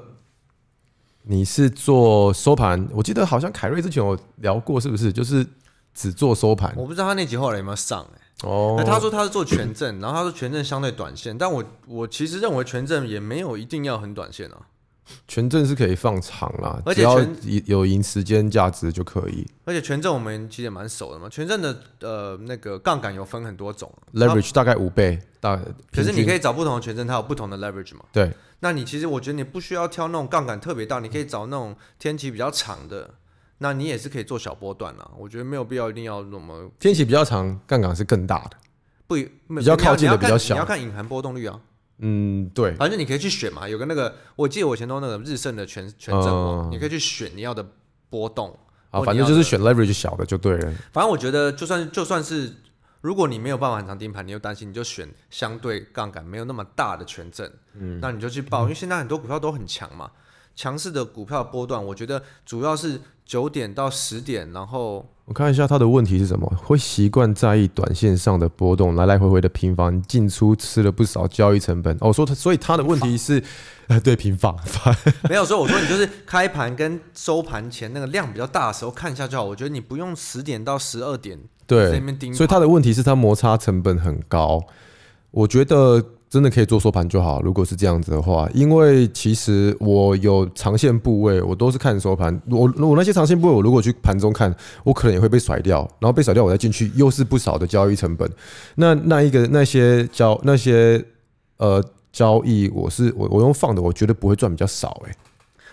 Speaker 2: 你是做收盘，我记得好像凯瑞之前有聊过，是不是？就是只做收盘
Speaker 1: 我不知道他那集后来有没有上、欸
Speaker 2: 哦
Speaker 1: 那他说他是做权证，然后他说权证相对短线，但我我其实认为权证也没有一定要很短线啊，
Speaker 2: 权证是可以放长啦，
Speaker 1: 而
Speaker 2: 只
Speaker 1: 且
Speaker 2: 要
Speaker 1: 权
Speaker 2: 有有赢时间价值就可以。
Speaker 1: 而且权证我们其实也蛮熟的嘛，权证的呃那个杠杆有分很多种它
Speaker 2: leverage 大概五倍，大
Speaker 1: 可是
Speaker 2: 平
Speaker 1: 你
Speaker 2: 均
Speaker 1: 可以找不同的权证，它有不同的 leverage 嘛。
Speaker 2: 对
Speaker 1: 那你其实我觉得你不需要挑那种杠杆特别大，你可以找那种天期比较长的，那你也是可以做小波段啊。我觉得没有必要一定要那么
Speaker 2: 天期比较长，杠杆是更大的。
Speaker 1: 不比
Speaker 2: 较靠近的比较小
Speaker 1: 你要看隐含波动率啊，
Speaker 2: 嗯，对，
Speaker 1: 反正你可以去选嘛。有个那个，我记得我以前都那个日盛的权权证网，
Speaker 2: 嗯
Speaker 1: 你可以去选你要的波动。
Speaker 2: 啊，
Speaker 1: 或
Speaker 2: 反
Speaker 1: 你
Speaker 2: 正
Speaker 1: 要
Speaker 2: 就是
Speaker 1: 的
Speaker 2: 选 leverage 小的就对了。
Speaker 1: 反正我觉得，就算就算是如果你没有办法很长盯盘，你又担心，你就选相对杠杆没有那么大的权证，嗯，那你就去报，因为现在很多股票都很强嘛，强势的股票波段，我觉得主要是九点到十点，然后
Speaker 2: 我看一下他的问题是什么？会习惯在意短线上的波动，来来回回的频繁进出，吃了不少交易成本。哦，说他，所以他的问题是，呃， 对，频繁，
Speaker 1: 没有，所以我说你就是开盘跟收盘前那个量比较大的时候看一下就好，我觉得你不用十点到十二点在那
Speaker 2: 对，
Speaker 1: 边盯盘，
Speaker 2: 所以他的问题是他摩擦成本很高。我觉得真的可以做收盘就好，如果是这样子的话，因为其实我有长线部位，我都是看收盘。我我那些长线部位，我如果去盘中看，我可能也会被甩掉，然后被甩掉，我再进去又是不少的交易成本。那那一个那些交那些呃交易，我是我我用放的，我绝对不会赚比较少哎、欸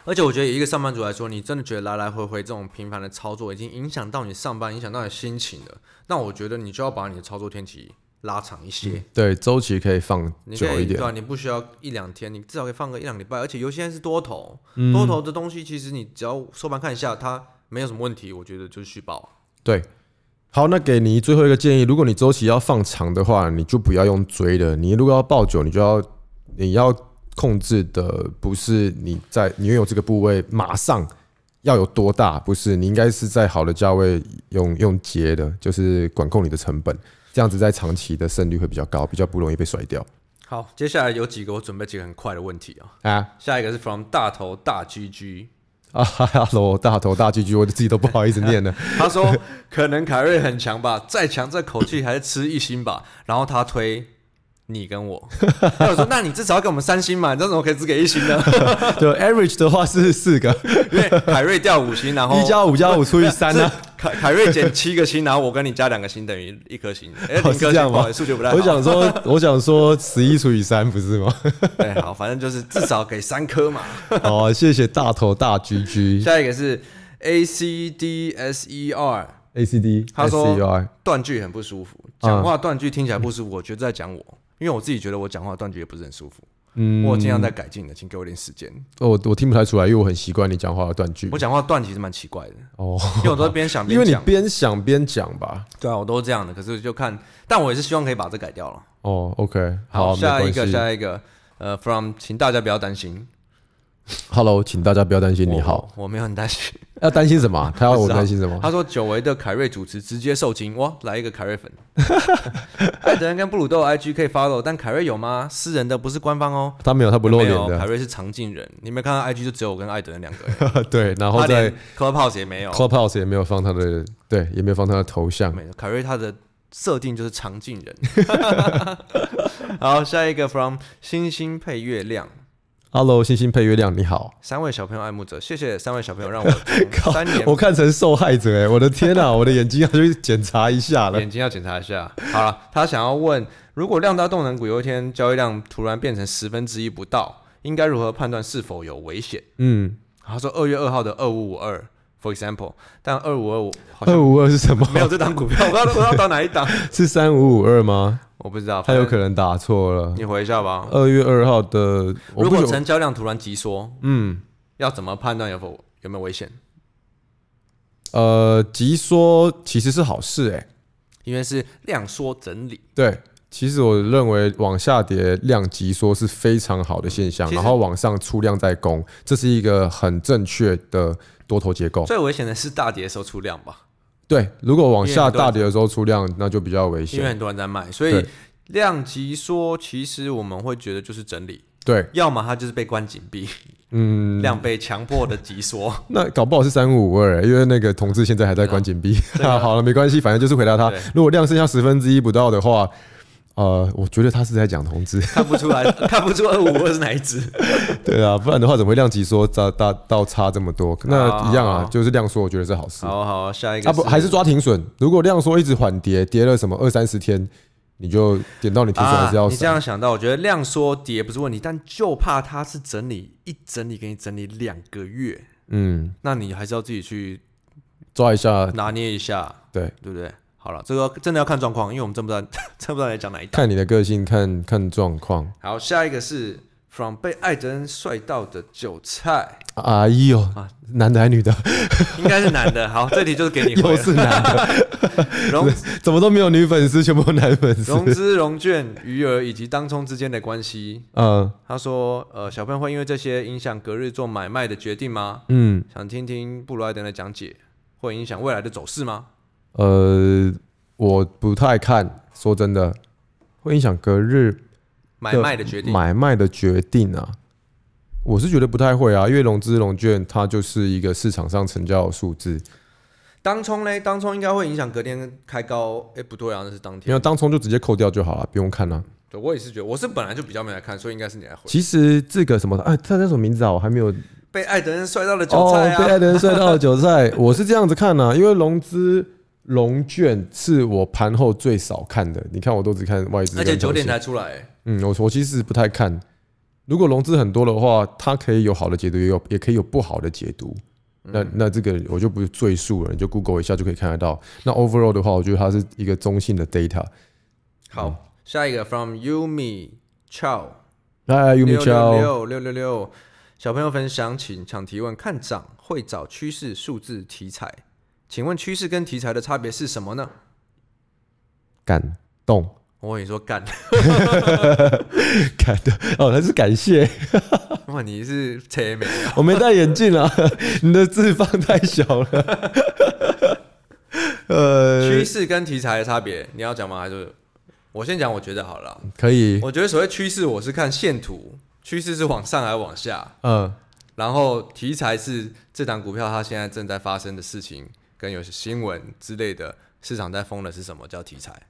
Speaker 1: 而且我觉得以一个上班族来说，你真的觉得来来回回这种频繁的操作已经影响到你上班，影响到你心情了。那我觉得你就要把你的操作天期拉长一些，
Speaker 2: 对，周期可以放
Speaker 1: 你可
Speaker 2: 嗯久一
Speaker 1: 以
Speaker 2: 点
Speaker 1: 对、。啊，你不需要一两天，你至少可以放个一两礼拜。而且尤其现在是多头，
Speaker 2: 嗯
Speaker 1: 多头的东西其实你只要收盘看一下，它没有什么问题，我觉得就是续报。
Speaker 2: 对，好，那给你最后一个建议，如果你周期要放长的话，你就不要用追的，你如果要抱久，你就要你要控制的不是你在你拥有这个部位马上。要有多大？不是，你应该是在好的价位用用接的，就是管控你的成本，这样子在长期的胜率会比较高，比较不容易被甩掉
Speaker 1: 好，接下来有几个我准备几个很快的问题啊。
Speaker 2: 啊！
Speaker 1: 下一个是 from 大头大 GG，
Speaker 2: 啊哈哈喽，大头大句句，我自己都不好意思念了。
Speaker 1: 他说可能凯瑞很强吧，再强这口气还是吃一星吧。然后他推你跟我，那我说那你至少要给我们三星嘛，你这怎么可以只给一星呢？
Speaker 2: 对，average 的话是四个，
Speaker 1: 因为凯瑞掉五星，然后
Speaker 2: 一加五加五除以三
Speaker 1: 哦
Speaker 2: 呢、啊
Speaker 1: 是凯凯瑞减七个星，然后我跟你加两个星，等于一颗星。哎、零颗
Speaker 2: 哦是这
Speaker 1: 星，
Speaker 2: 样吗
Speaker 1: 不好意思数学不太好。
Speaker 2: 我想说，我想说十一除以三不是吗？
Speaker 1: 对，哎好，反正就是至少给三颗嘛。
Speaker 2: 好，哦谢谢大头大 G G
Speaker 1: 下一个是 A C D S E R，
Speaker 2: A C D
Speaker 1: 他
Speaker 2: S
Speaker 1: 说
Speaker 2: C U I 嗯
Speaker 1: 断句很不舒服，讲话断句听起来不舒服，我觉得在讲我，因为我自己觉得我讲话断句也不是很舒服，
Speaker 2: 嗯，
Speaker 1: 我有尽量在改进的，请给我点时间。
Speaker 2: 哦我我听不太出来，因为我很习惯你讲话的断句
Speaker 1: 我。讲话断其实蛮奇怪的，
Speaker 2: 哦，
Speaker 1: 因为我都边想
Speaker 2: 因
Speaker 1: 边
Speaker 2: 为你
Speaker 1: 讲，
Speaker 2: 边想边讲吧。
Speaker 1: 对啊，我都这样的，可是就看，但我也是希望可以把这改掉了。
Speaker 2: 哦，OK，没
Speaker 1: 下一
Speaker 2: 关
Speaker 1: 个，
Speaker 2: 系
Speaker 1: 下一个，呃，from，请大家不要担心，
Speaker 2: Hello，请大家不要担心，你
Speaker 1: 我
Speaker 2: 好，，
Speaker 1: 我没有很担心。
Speaker 2: 要担心什么啊？他要
Speaker 1: 不
Speaker 2: 我
Speaker 1: 知道
Speaker 2: 担心什么？
Speaker 1: 他说久违的凯瑞主持直接受惊，哇，来一个凯 瑞粉。艾德恩跟布鲁都有 IG 可以 follow，但凯瑞有吗？私人的不是官方哦。
Speaker 2: 他没有，他不露
Speaker 1: 没
Speaker 2: 脸
Speaker 1: 有，凯
Speaker 2: 的。
Speaker 1: 瑞是常进人，你没看到 IG 就只有我跟艾德恩两个人，
Speaker 2: 对，然后
Speaker 1: 他
Speaker 2: 在
Speaker 1: 连 Clubhouse 也没有。
Speaker 2: Clubhouse 也没有放他的，对，也没有放他的头像。
Speaker 1: 没有，凯瑞他的设定就是常进人。 好，下一个 from 星星配月亮。
Speaker 2: Hello，星星配月亮，你好。
Speaker 1: 三位小朋友爱慕者，谢谢三位小朋友 让我三年
Speaker 2: 我看成受害者哎、我的 天哪、我的眼睛要去检查一下了。
Speaker 1: 眼睛要检查一下。好了，他想要问，如果量大动能股有一天交易量突然变成十分之一不到，应该如何判断是否有危险？
Speaker 2: 嗯，
Speaker 1: 他说二月二号的二五五二，for example，但二五二五好像
Speaker 2: 二五二是什么？
Speaker 1: 没有这档股票，我不知道不知道到哪一档，
Speaker 2: 是三五五二吗？
Speaker 1: 我不知道，
Speaker 2: 他有
Speaker 1: 能
Speaker 2: 可能打错了。
Speaker 1: 你回一下吧。
Speaker 2: 二月二号的，我
Speaker 1: 如
Speaker 2: 不
Speaker 1: 果
Speaker 2: 有
Speaker 1: 成交量突然急缩，
Speaker 2: 嗯
Speaker 1: 要怎么判断有否有没有危险？
Speaker 2: 呃，急缩其实是好事哎、
Speaker 1: 因为是量缩整理，
Speaker 2: 对，其实我认为往下跌量急缩是非常好的现象，
Speaker 1: 其实
Speaker 2: 然后往上出量再攻，这是一个很正确的多头结构。
Speaker 1: 最危险的是大跌的时候出量吧。
Speaker 2: 对，如果往
Speaker 1: 因为
Speaker 2: 下
Speaker 1: 很多人
Speaker 2: 大跌的时候出量，那就比较危
Speaker 1: 因为
Speaker 2: 险。
Speaker 1: 很多人在卖，所以
Speaker 2: 对
Speaker 1: 量级说，其实我们会觉得就是整理，
Speaker 2: 对，
Speaker 1: 要么它就是被关紧闭，
Speaker 2: 嗯，
Speaker 1: 量被强迫的急缩。
Speaker 2: 那搞不好是三五五二，欸因为那个同志现在还在关紧闭。
Speaker 1: 对啊
Speaker 2: 好了，没关系，反正就是回答他
Speaker 1: 对。
Speaker 2: 如果量剩下十分之一不到的话，呃，我觉得他是在讲 同志。
Speaker 1: 看不出来，看不出二五二是哪一只。
Speaker 2: 对啊，不然的话怎么会量级说到到到差这么多？那一样啊，就是量缩，我觉得是好 事。
Speaker 1: 好好，下一个
Speaker 2: 啊不，还是抓停损。如果量缩一直缓跌，跌了什么二三十天，你就点到你停损还
Speaker 1: 啊
Speaker 2: 是要，
Speaker 1: 你这
Speaker 2: 闪。
Speaker 1: 样想到，我觉得量缩跌不是问题，但就怕它是整理一整理给你整理两个月，
Speaker 2: 嗯，
Speaker 1: 那你还是要自己去
Speaker 2: 抓一下，
Speaker 1: 拿捏一下，
Speaker 2: 对，
Speaker 1: 对不对？好了，这个真的要看状况，因为我们真不知道， 真不知道你在讲哪一档。
Speaker 2: 看你的个性，看看状况。
Speaker 1: 好，下一个是 from 被艾德恩帅到的韭菜。
Speaker 2: 哎呦，
Speaker 1: 啊
Speaker 2: 男的 还女的，
Speaker 1: 应该是男 的。好，这题就是给你回
Speaker 2: 又
Speaker 1: 了。
Speaker 2: 是男的，
Speaker 1: 融
Speaker 2: 怎么都没有女粉丝，全部都男粉丝。
Speaker 1: 融资、融券、余额以及当冲之间的关系。
Speaker 2: 嗯
Speaker 1: 他说，呃，小朋友会因为这些影响隔日做买卖的决定吗？
Speaker 2: 嗯，
Speaker 1: 想听听布鲁艾登的讲解，会影响未来的走势吗？
Speaker 2: 呃，我不太看，说真的，会影响隔日
Speaker 1: 买卖的决定，
Speaker 2: 买卖的决定啊，我是觉得不太会啊，因为融资融券它就是一个市场上成交的数字，
Speaker 1: 当冲嘞，当冲应该会影响隔天开高。哎、不对啊，那是当
Speaker 2: 因
Speaker 1: 天
Speaker 2: 为。当冲就直接扣掉就好了，不用看了、
Speaker 1: 对，我也是觉得，我是本来就比较没来看，所以应该是你来回。
Speaker 2: 其实这个什么，哎，他叫什么名字啊？我还没有哦
Speaker 1: 被艾德恩帅到的韭菜
Speaker 2: 被
Speaker 1: 啊！
Speaker 2: 爱的人帅到的韭菜， 我是这样子看呢、因为融资融券是我盘后最少看的，你看我都只看外资，
Speaker 1: 而且九点，才出来、
Speaker 2: 嗯，我我其实不太看。如果融资很多的话，它可以有好的解读，也有也可以有不好的解读。
Speaker 1: 嗯
Speaker 2: 那那这个我就不赘述了，你就 Google 一下就可以看得到。那 overall 的话，我觉得它是一个中性的 data。
Speaker 1: 好，下一个 from Yumi Chow。
Speaker 2: 来，U
Speaker 1: 六六
Speaker 2: M Chow，
Speaker 1: 六六六六，小朋友分享，请抢提问。看涨会找趋势、数字、题材，请问趋势跟题材的差别是什么呢？
Speaker 2: 感动，
Speaker 1: 我跟你说干，
Speaker 2: 感动哦，那是感谢。
Speaker 1: 哇，你是扯美啊！
Speaker 2: 我没戴眼镜啊， 你的字放太小了。 呃，
Speaker 1: 趋势跟题材的差别，你要讲吗？还是我先讲？我觉得好了啦，
Speaker 2: 可以，
Speaker 1: 我觉得所谓趋势，我是看线图，趋势是往上还是往下，
Speaker 2: 嗯，
Speaker 1: 然后题材是这档股票它现在正在发生的事情，跟有些新闻之类的，市场在疯的是什么叫题材？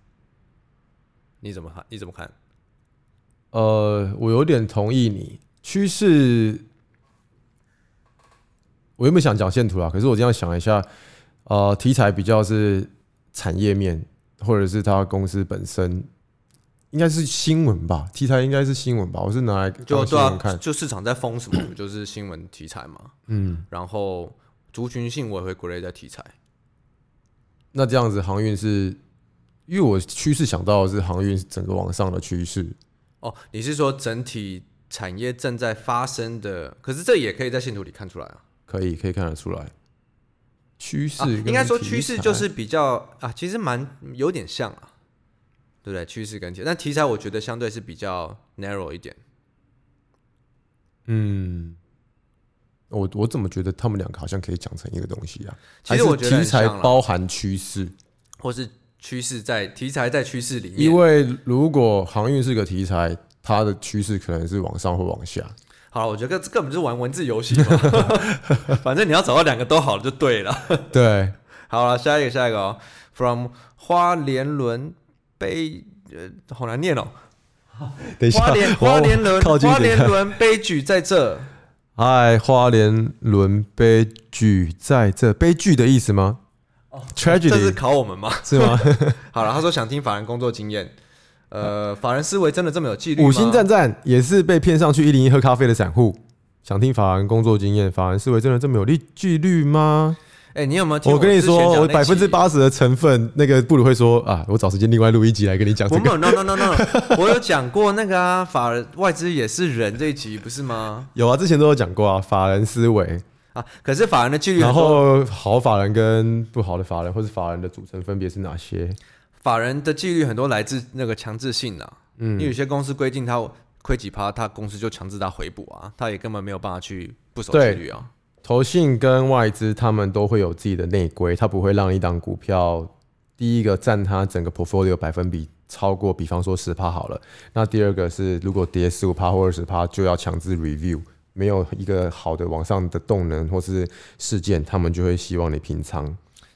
Speaker 1: 你怎么看？你怎么看？
Speaker 2: 呃，我有点同意你趋势。我原本想讲线图啦，可是我这样想一下，呃，题材比较是产业面，或者是他公司本身，应该是新闻吧？题材应该是新闻吧？我是拿来
Speaker 1: 就
Speaker 2: 当新
Speaker 1: 对
Speaker 2: 闻
Speaker 1: 啊，
Speaker 2: 看。
Speaker 1: 就市场在封什么，就是新闻题材嘛。
Speaker 2: 嗯，
Speaker 1: 然后族群性我也会归类在题材。
Speaker 2: 那这样子航运是，因为我趋势想到的是航运是整个往上的趋势，
Speaker 1: 哦，你是说整体产业正在发生的？可是这也可以在线图里看出来啊。
Speaker 2: 可以可以看得出来。趋势、
Speaker 1: 啊应该说趋势就是比较啊，其实蛮有点像啊，对不对？趋势跟题材，但题材我觉得相对是比较 narrow 一点。
Speaker 2: 嗯，我我怎么觉得他们两个好像可以讲成一个东西啊？
Speaker 1: 其实
Speaker 2: 还是
Speaker 1: 我觉得很
Speaker 2: 题材
Speaker 1: 像啦
Speaker 2: 包含趋势，
Speaker 1: 或是趋势在题材在趋势里
Speaker 2: 因
Speaker 1: 面。
Speaker 2: 为如果航运是个题材，它的趋势可能是往上或往下。
Speaker 1: 好了，我觉得这根本就是玩文字游戏嘛， 反正你要找到两个都好了就对了。
Speaker 2: 对，
Speaker 1: 好了，下一个下一个哦，from 花莲轮悲，呃，好难念哦。
Speaker 2: 等一
Speaker 1: 花
Speaker 2: 下，
Speaker 1: 莲
Speaker 2: 我要
Speaker 1: 花莲轮
Speaker 2: 靠近一
Speaker 1: 花
Speaker 2: 点
Speaker 1: 莲
Speaker 2: 看。
Speaker 1: 轮悲剧在这，
Speaker 2: 哎，花莲轮悲剧在这，悲剧的意思吗、t r a g e
Speaker 1: 哦这
Speaker 2: d
Speaker 1: 是
Speaker 2: y
Speaker 1: 考我们吗？
Speaker 2: 是吗？
Speaker 1: 好了，他说想听法人工作经验，呃，法人思维真的这么有纪律吗？
Speaker 2: 五星战战也是被骗上去一零一喝咖啡的散户。想听法人工作经验，法人思维真的这么有利纪律吗？
Speaker 1: 哎、你有没有听
Speaker 2: 我跟你
Speaker 1: 之前
Speaker 2: 说，
Speaker 1: 讲
Speaker 2: 我
Speaker 1: 那
Speaker 2: 百分之
Speaker 1: 期
Speaker 2: 八十的成分，那个布鲁会说啊，我找时间另外录一集来跟你讲
Speaker 1: 我
Speaker 2: 这
Speaker 1: 没
Speaker 2: 个。
Speaker 1: 有 no no no no，我 有讲过那个啊，法人外资也是人这一集不是吗？
Speaker 2: 有啊，之前都有讲过啊，法人思维，
Speaker 1: 啊，可是法人的纪律很
Speaker 2: 然
Speaker 1: 多，
Speaker 2: 后好法人跟不好的法人，或是法人的组成分别是哪些？
Speaker 1: 法人的纪律很多来自那个强制性啊。嗯，因为有些公司规定他亏几趴，他公司就强制他回补啊，他也根本没有办法去不守纪
Speaker 2: 对
Speaker 1: 律啊。
Speaker 2: 投信跟外资他们都会有自己的内规，它不会让一档股票第一个占它整个 portfolio 百分比超过，比方说十趴好了。那第二个是如果跌十五趴或二十趴，就要强制 review。没有一个好的往上的动能或是事件，他们就会希望你平仓。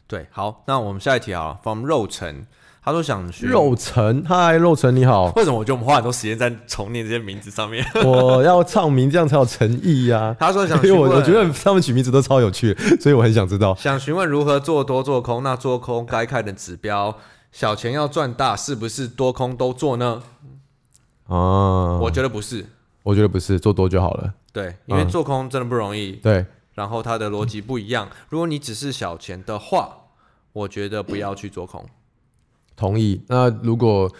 Speaker 1: 对，好，那我们下一题啊，from 肉城，他说想学
Speaker 2: 肉橙，嗨，肉橙你好，
Speaker 1: 为什么我觉得我们花很多时间在重念这些名字上面？
Speaker 2: 我要唱名，这样才有诚意呀、
Speaker 1: 他说想
Speaker 2: 因为
Speaker 1: 询问，
Speaker 2: 我我觉得他们取名字都超有趣，所以我很想知道。
Speaker 1: 想询问如何做多做空，那做空该看的指标，小钱要赚大，是不是多空都做呢？
Speaker 2: 啊，
Speaker 1: 我
Speaker 2: 我
Speaker 1: 觉得不是，
Speaker 2: 我觉得不是，做多就好了。
Speaker 1: 对，因为
Speaker 2: 嗯
Speaker 1: 做空真的不容易，
Speaker 2: 对，
Speaker 1: 然后它的逻辑不一样。如果你只是小钱的话，我觉得不要去做空。
Speaker 2: 同意。那如果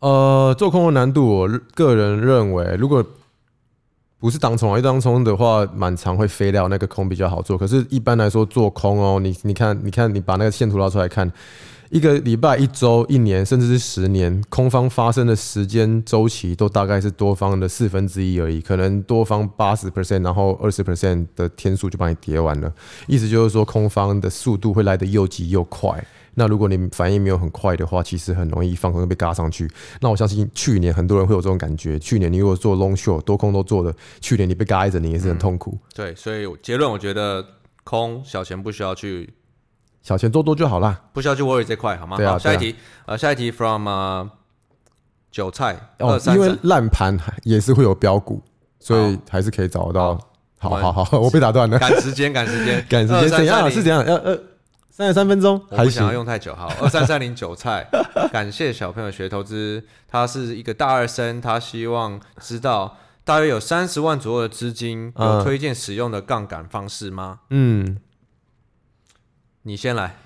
Speaker 2: 呃做空的难度，我个人认为，如果不是当冲啊，因为当冲的话满场会飞掉，那个空比较好做。可是，一般来说做空哦，你你看，你看，你把那个线图拉出来看，一个礼拜、一周、一年，甚至是十年，空方发生的时间周期都大概是多方的四分之一而已，可能多方八十 percent，然后二十 percent 的天数就把你叠完了。意思就是说，空方的速度会来得又急又快。那如果你反应没有很快的话，其实很容易放空就被嘎上去。那我相信去年很多人会有这种感觉。去年你如果做 long short 多空都做的，去年你被嘎一整年也是很痛苦。
Speaker 1: 对，所以我结论我觉得空小钱不需要去，
Speaker 2: 小钱做多就好啦。
Speaker 1: 不需要去 worry 这块，好吗？
Speaker 2: 对啊
Speaker 1: 好，下一
Speaker 2: 对
Speaker 1: 题，呃，下一题 from 呃韭菜
Speaker 2: 哦
Speaker 1: 二，三
Speaker 2: 因
Speaker 1: 三
Speaker 2: 为烂盘也是会有标股，所以还是可以找得到。好
Speaker 1: 我们
Speaker 2: 好好，我被打断了，，
Speaker 1: 赶时间，赶时间
Speaker 2: 哦 赶时间怎样啊？
Speaker 1: 2330
Speaker 2: 是怎样？要呃三十三分钟
Speaker 1: 我
Speaker 2: 还
Speaker 1: 不想要
Speaker 2: 行。
Speaker 1: 用太久，好，二三三零韭菜， 感谢小朋友学投资，他是一个大二生，他希望知道大约有三十万左右的资金，
Speaker 2: 嗯
Speaker 1: 有推荐使用的杠杆方式吗？
Speaker 2: 嗯，
Speaker 1: 你先来，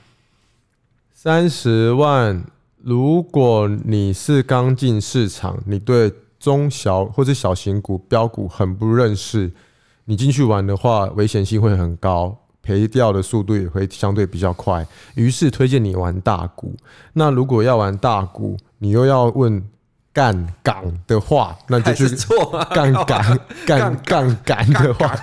Speaker 2: 三十万，如果你是刚进市场，你对中小或者小型股、标股很不认识，你进去玩的话，危险性会很高，赔掉的速度也会相对比较快。于是推荐你玩大股。那如果要玩大股，你又要问干港的话，那你就
Speaker 1: 开始
Speaker 2: 去
Speaker 1: 做啊，
Speaker 2: 杠杆杠杠杆的话，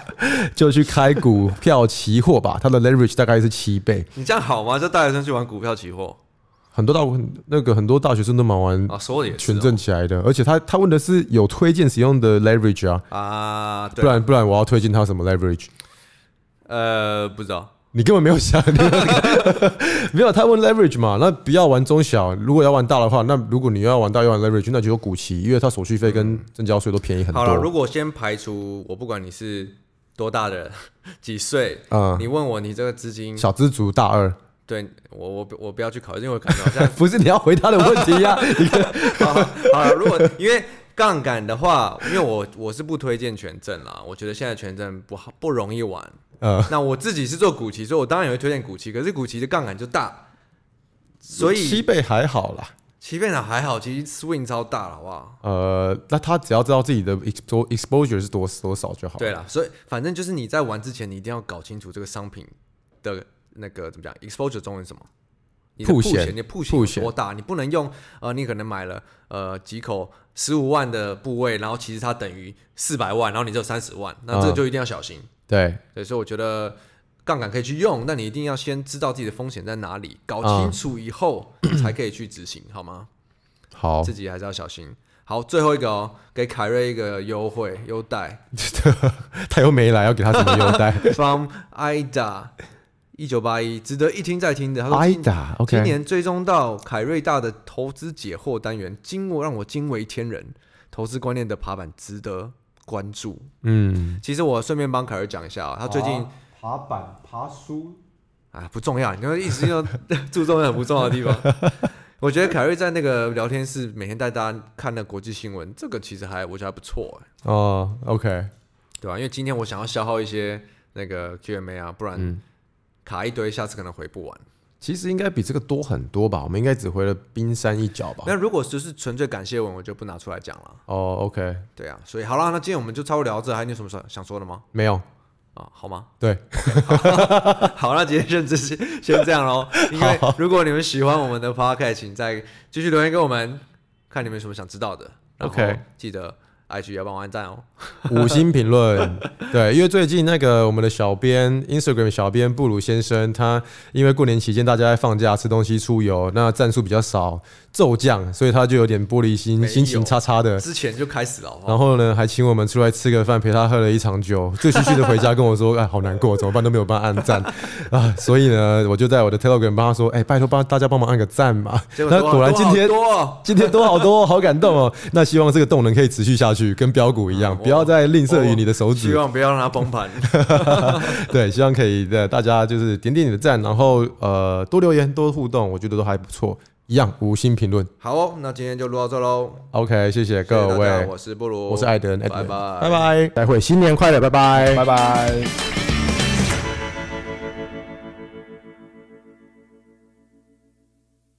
Speaker 2: 就去开股票期货吧。它的 leverage 大概是七倍。
Speaker 1: 你这样好吗？这大学生去玩股票期货
Speaker 2: 很多大那个很多大学生都蛮玩
Speaker 1: 啊，说的也是
Speaker 2: 权
Speaker 1: 哦
Speaker 2: 证起来的，而且他他问的是有推荐使用的 leverage 啊，
Speaker 1: 啊，
Speaker 2: 不
Speaker 1: 对，
Speaker 2: 然不然我要推荐他什么 leverage？
Speaker 1: 呃，不知道，
Speaker 2: 你根本没有想，你 没有他问 leverage 嘛？那不要玩中小，如果要玩大的话，那如果你要玩大要玩 leverage，那就有股息，因为它手续费跟证交税都便宜很
Speaker 1: 嗯好了，
Speaker 2: 多。
Speaker 1: 如果先排除我，不管你是多大的人，几岁，
Speaker 2: 嗯，
Speaker 1: 你问我你这个资金
Speaker 2: 小资族大二
Speaker 1: 对我我不我不要去考虑，因为我感觉好像
Speaker 2: 不是你要回答的问题 呀、你
Speaker 1: 好好了，如果因为杠杆的话，因为我我是不推荐权证啦，我觉得现在权证不好不容易玩。
Speaker 2: 呃，
Speaker 1: 那我自己是做股期，所以我当然也会推荐股期，可是股期的杠杆就大，所
Speaker 2: 七
Speaker 1: 以
Speaker 2: 倍还好啦。
Speaker 1: 期片场还好，其实 swing 超大了，好不好？
Speaker 2: 呃，那他只要知道自己的 expo- exposure 是多多少就好。
Speaker 1: 对，了，所以反正就是你在玩之前，你一定要搞清楚这个商品的那个怎么讲，exposure 中文是什么。你的铺
Speaker 2: 曝险
Speaker 1: 你的铺
Speaker 2: 曝
Speaker 1: 险
Speaker 2: 险
Speaker 1: 有多大？你不能用呃，你可能买了呃几口十五万的部位，然后其实它等于四百万，然后你只有三十万，那这个
Speaker 2: 嗯
Speaker 1: 就一定要小心。
Speaker 2: 对，
Speaker 1: 对，所以我觉得杠杆可以去用，但你一定要先知道自己的风险在哪里，搞清楚以后才可以去执行，好吗？
Speaker 2: 好
Speaker 1: 自，己还是要小心。好，最后一个哦，给凯瑞一个优惠优待
Speaker 2: 他又没来，要给他什么优待
Speaker 1: ，from IDA 一九八一，值得一听再听的。他说今
Speaker 2: ？IDA
Speaker 1: 今
Speaker 2: OK，
Speaker 1: 年追踪到凯瑞大的投资解惑单元，惊我让我惊为天人，投资观念的爬板值得关注。
Speaker 2: 嗯，
Speaker 1: 其实我顺便帮凯瑞讲一下、哦，他最近
Speaker 3: 爬爬板、爬书，
Speaker 1: 啊，不重要，你要一直要 注重在很不重要的地 方。我觉得凯瑞在那个聊天室每天带大家看那国际新闻，这个其实还我觉得还不错，哎
Speaker 2: 哦，OK，
Speaker 1: 对吧、因为今天我想要消耗一些那个 Q&A 啊，不然
Speaker 2: 嗯
Speaker 1: 卡一堆，下次可能回不完。
Speaker 2: 其实应该比这个多很多吧？我们应该只回了冰山一角吧
Speaker 1: 那？如果就是纯粹感谢文，我就不拿出来讲了。
Speaker 2: 哦，OK，
Speaker 1: 对啊，所以好啦，那今天我们就差不多聊到这，还有你有什么想想说的吗？
Speaker 2: 没有，
Speaker 1: 啊，好 吗？
Speaker 2: 对，
Speaker 1: 好，那今天就先先这样喽。因为如果你们喜欢我们的 podcast，请再继续留言给我们，看你们有什么想知道的。然后
Speaker 2: OK
Speaker 1: 记得 IG 要帮我按赞哦。
Speaker 2: 五星评 论，对，因为最近那个我们的小编 Instagram 小编布鲁先生，他因为过年期间大家在放假吃东西出游，那战术比较少，骤降，所以他就有点玻璃
Speaker 1: 没
Speaker 2: 心，
Speaker 1: 有
Speaker 2: 心情差差的。
Speaker 1: 之前就开始了，哦好不 好？
Speaker 2: 然后呢，还请我们出来吃个饭，陪他喝了一场 酒，醉醺醺的回家跟我说：“哎，好难过，怎么办都没有办法按赞 啊！”所以呢，我就在我的 Telegram 帮他说：“哎，拜托帮大家帮忙按个赞嘛。”
Speaker 1: 结
Speaker 2: 那
Speaker 1: 果
Speaker 2: 果然今天
Speaker 1: 多哦
Speaker 2: 今天多好多哦，好感动哦！ 那希望这个动能可以持续下去，跟标股一样，
Speaker 1: 嗯
Speaker 2: 不要再吝啬
Speaker 1: 哦
Speaker 2: 于你的手
Speaker 1: 希
Speaker 2: 指。
Speaker 1: 望不要让它崩盘。
Speaker 2: 对，希望可以的，大家就是点点你的赞，然后呃多留言多互动，我觉得都还不错。一样五星评论
Speaker 1: 好哦，那今天就录到这喽。
Speaker 2: ，OK，谢谢各
Speaker 1: 谢谢大家
Speaker 2: 位，
Speaker 1: 我是布鲁，
Speaker 2: 我是艾登，
Speaker 1: 拜拜
Speaker 2: 拜拜，待会新年快乐，拜拜，
Speaker 3: 拜拜。
Speaker 2: 拜。